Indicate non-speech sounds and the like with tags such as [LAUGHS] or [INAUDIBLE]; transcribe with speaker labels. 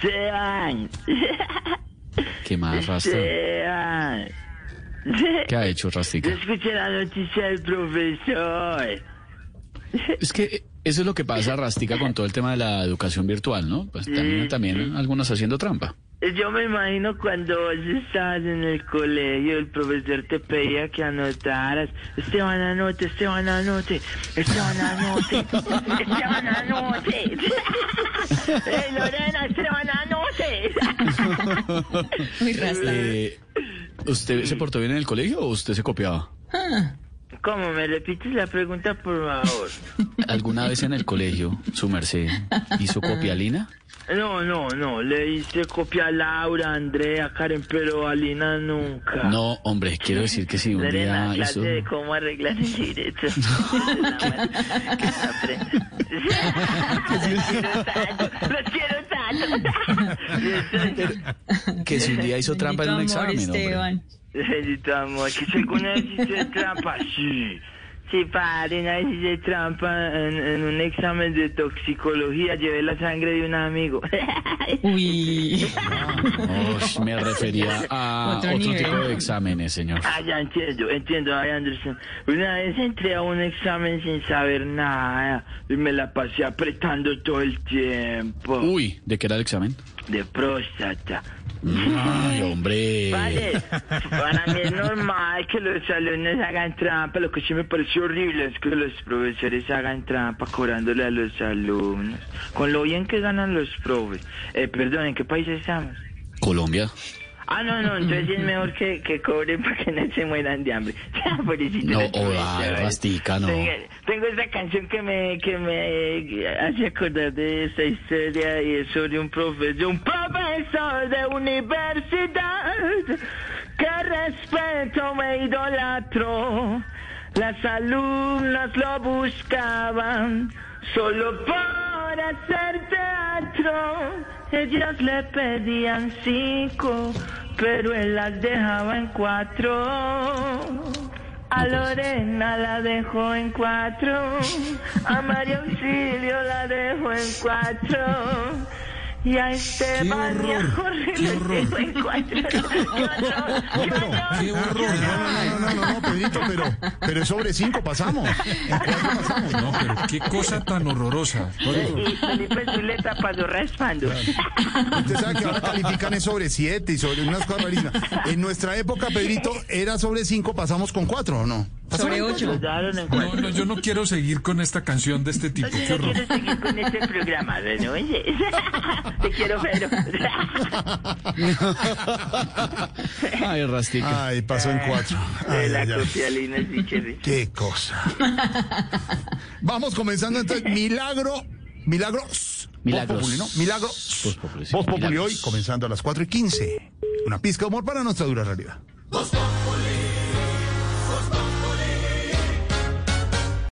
Speaker 1: se van.
Speaker 2: ¿Qué
Speaker 1: Este,
Speaker 2: más, Rasta?
Speaker 1: Se van.
Speaker 2: ¿Qué ha hecho,
Speaker 1: Yo
Speaker 2: Rastica?
Speaker 1: escuché la noticia del profesor.
Speaker 2: Es que eh, eso es lo que pasa, Rastica, con todo el tema de la educación virtual, ¿no? Pues también, también algunos haciendo
Speaker 3: [LAUGHS]
Speaker 2: trampa.
Speaker 1: Yo me imagino cuando vos estabas en el colegio, el profesor te pedía que anotaras, Esteban anote, Esteban anote, Esteban anote, Esteban anote, Eh, Lorena, Esteban anote.
Speaker 3: Uy, Rasta.
Speaker 2: Eh, ¿Usted se portó bien en el colegio o usted se copiaba?
Speaker 1: ¿Cómo? ¿Me repites la pregunta, por favor?
Speaker 2: ¿Alguna vez en el colegio, su merced, hizo
Speaker 1: Ah.
Speaker 2: copialina?
Speaker 1: No, no, no, le hice copia a Laura, Andrea, Karen, pero a Lina nunca.
Speaker 2: No, hombre, quiero decir que sí, un
Speaker 1: Lorena,
Speaker 2: día
Speaker 1: clase
Speaker 2: hizo...
Speaker 1: de cómo arreglar el
Speaker 2: [LAUGHS]
Speaker 1: directo. [LAUGHS] Los quiero tanto.
Speaker 2: [LAUGHS] Que si un día hizo trampa en un
Speaker 3: Bendito amor,
Speaker 2: examen, hombre.
Speaker 3: Esteban.
Speaker 1: Bendito amor, que si alguna vez hice trampa, sí. Sí, padre, una vez hice trampa en, en un examen de toxicología, llevé la sangre de un amigo. [LAUGHS]
Speaker 2: [LAUGHS]
Speaker 3: Uy.
Speaker 2: Ush, me refería a
Speaker 3: Otro
Speaker 2: otro,
Speaker 3: nivel.
Speaker 2: tipo de exámenes, señor.
Speaker 1: Ah, ya entiendo, entiendo, ay Anderson. Una vez entré a un examen sin saber nada y me la pasé apretando todo el tiempo.
Speaker 2: Uy, ¿de qué era el examen?
Speaker 1: De próstata.
Speaker 2: Ay, hombre. [LAUGHS]
Speaker 1: Vale, para mí es normal que los alumnos hagan trampa. Lo que sí me parece horrible es que los profesores hagan trampa cobrándole a los alumnos. Con lo bien que ganan los profes. Eh, perdón, ¿en qué país estamos?
Speaker 2: Colombia.
Speaker 1: Ah, no, no, entonces es mejor que, que cobren para que no se mueran de hambre. [LAUGHS] Pobrecito,
Speaker 2: No,
Speaker 1: los profesores.
Speaker 2: hola, Rastica, no.
Speaker 1: Tengo, tengo esa canción que me, que me hace acordar de esa historia y es sobre un profesor, un profesor de universidad que respeto me idolatró. Las alumnas lo buscaban solo por hacer teatro. Ellas le pedían cinco, pero él las dejaba en cuatro. A Lorena la dejo en cuatro, a María Auxilio la dejo en cuatro, y a Esteban y a Jorge los dejo en cuatro. ¡Qué horror! ¡Qué horror!
Speaker 4: ¡Qué horror! No, no, no, no, no, no, Pedrito, pero, pero es sobre cinco pasamos. En cuatro pasamos.
Speaker 5: No, pero qué cosa tan horrorosa. Oye,
Speaker 1: Y Felipe Zuleta pasó raspando.
Speaker 4: Usted sabe que ahora califican es sobre siete y sobre unas cosas rarísimas. En nuestra época, Pedrito, era sobre cinco, pasamos con cuatro, ¿o no?
Speaker 3: Sobre
Speaker 1: Los
Speaker 3: ocho.
Speaker 1: daron en
Speaker 5: No,
Speaker 1: cuatro.
Speaker 5: no, yo no quiero seguir con esta canción de este tipo.
Speaker 1: Entonces
Speaker 5: Qué
Speaker 1: no
Speaker 5: horror.
Speaker 1: quiero seguir con este programa, ¿no? Oye, [LAUGHS] Te quiero, pero...
Speaker 2: [LAUGHS] Ay, Rastica.
Speaker 4: Ay, pasó en cuatro. Ay,
Speaker 1: La
Speaker 4: ay, ay.
Speaker 1: copialina es difícil.
Speaker 4: Qué cosa. Vamos comenzando entonces. Milagro. Milagros.
Speaker 2: Milagros.
Speaker 4: Voz Populi, ¿no? Milagros.
Speaker 2: Voz Populi, sí.
Speaker 4: Voz Populi
Speaker 2: Milagros.
Speaker 4: hoy, comenzando a las 4 y 15. Una pizca de humor para nuestra dura realidad.
Speaker 6: Voz Populi.